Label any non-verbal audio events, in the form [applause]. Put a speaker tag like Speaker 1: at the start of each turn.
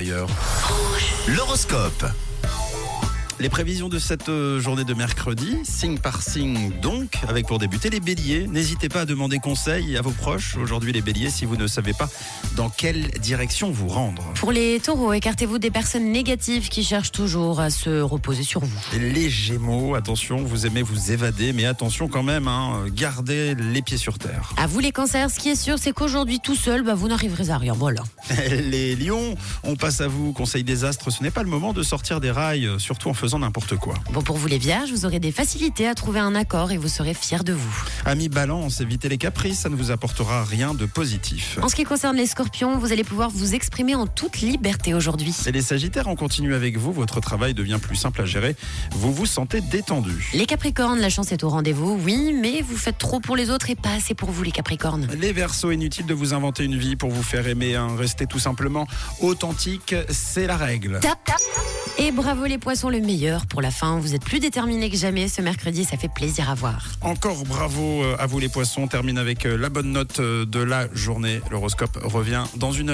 Speaker 1: d'ailleurs. L'horoscope. Les prévisions de cette euh, journée de mercredi, signe par signe donc, avec pour débuter les béliers. N'hésitez pas à demander conseil à vos proches, aujourd'hui les béliers, si vous ne savez pas dans quelle direction vous rendre.
Speaker 2: Pour les taureaux, écartez-vous des personnes négatives qui cherchent toujours à se reposer sur vous.
Speaker 1: Les gémeaux, attention, vous aimez vous évader, mais attention quand même, hein, gardez les pieds sur terre. [laughs]
Speaker 2: À vous les cancers, ce qui est sûr, c'est qu'aujourd'hui tout seul, bah, vous n'arriverez à rien. Voilà.
Speaker 1: Les lions, on passe à vous, conseil des astres, ce n'est pas le moment de sortir des rails, euh, surtout en faisant n'importe quoi.
Speaker 2: Bon, pour vous les vierges, vous aurez des facilités à trouver un accord et vous serez fiers de vous.
Speaker 1: Amis balance, évitez les caprices, ça ne vous apportera rien de positif.
Speaker 2: En ce qui concerne les scorpions, vous allez pouvoir vous exprimer en toute liberté aujourd'hui.
Speaker 1: Et les Sagittaires, on continue avec vous, votre travail devient plus simple à gérer, vous vous sentez détendu.
Speaker 2: Les capricornes, la chance est au rendez-vous, oui, mais vous faites trop pour les autres et pas assez pour vous les capricornes.
Speaker 1: Les Verseaux, inutile de vous inventer une vie pour vous faire aimer, hein. restez tout simplement authentique, c'est la règle.
Speaker 2: Tap, tap. Et bravo les poissons, le meilleur pour la fin. Vous êtes plus déterminés que jamais ce mercredi, ça fait plaisir à voir.
Speaker 1: Encore bravo euh, à vous les poissons, on termine avec euh, la bonne note euh, de la journée. L'horoscope revient dans une heure.